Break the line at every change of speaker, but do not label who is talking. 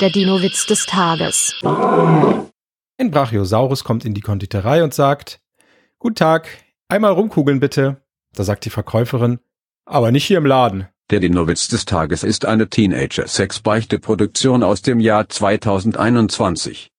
Der Dino-Witz des Tages.
Ein Brachiosaurus kommt in die Konditorei und sagt, Guten Tag, einmal rumkugeln bitte. Da sagt die Verkäuferin, aber nicht hier im Laden.
Der Dinowitz des Tages ist eine Teenager-Sex-Beichte-Produktion aus dem Jahr 2021.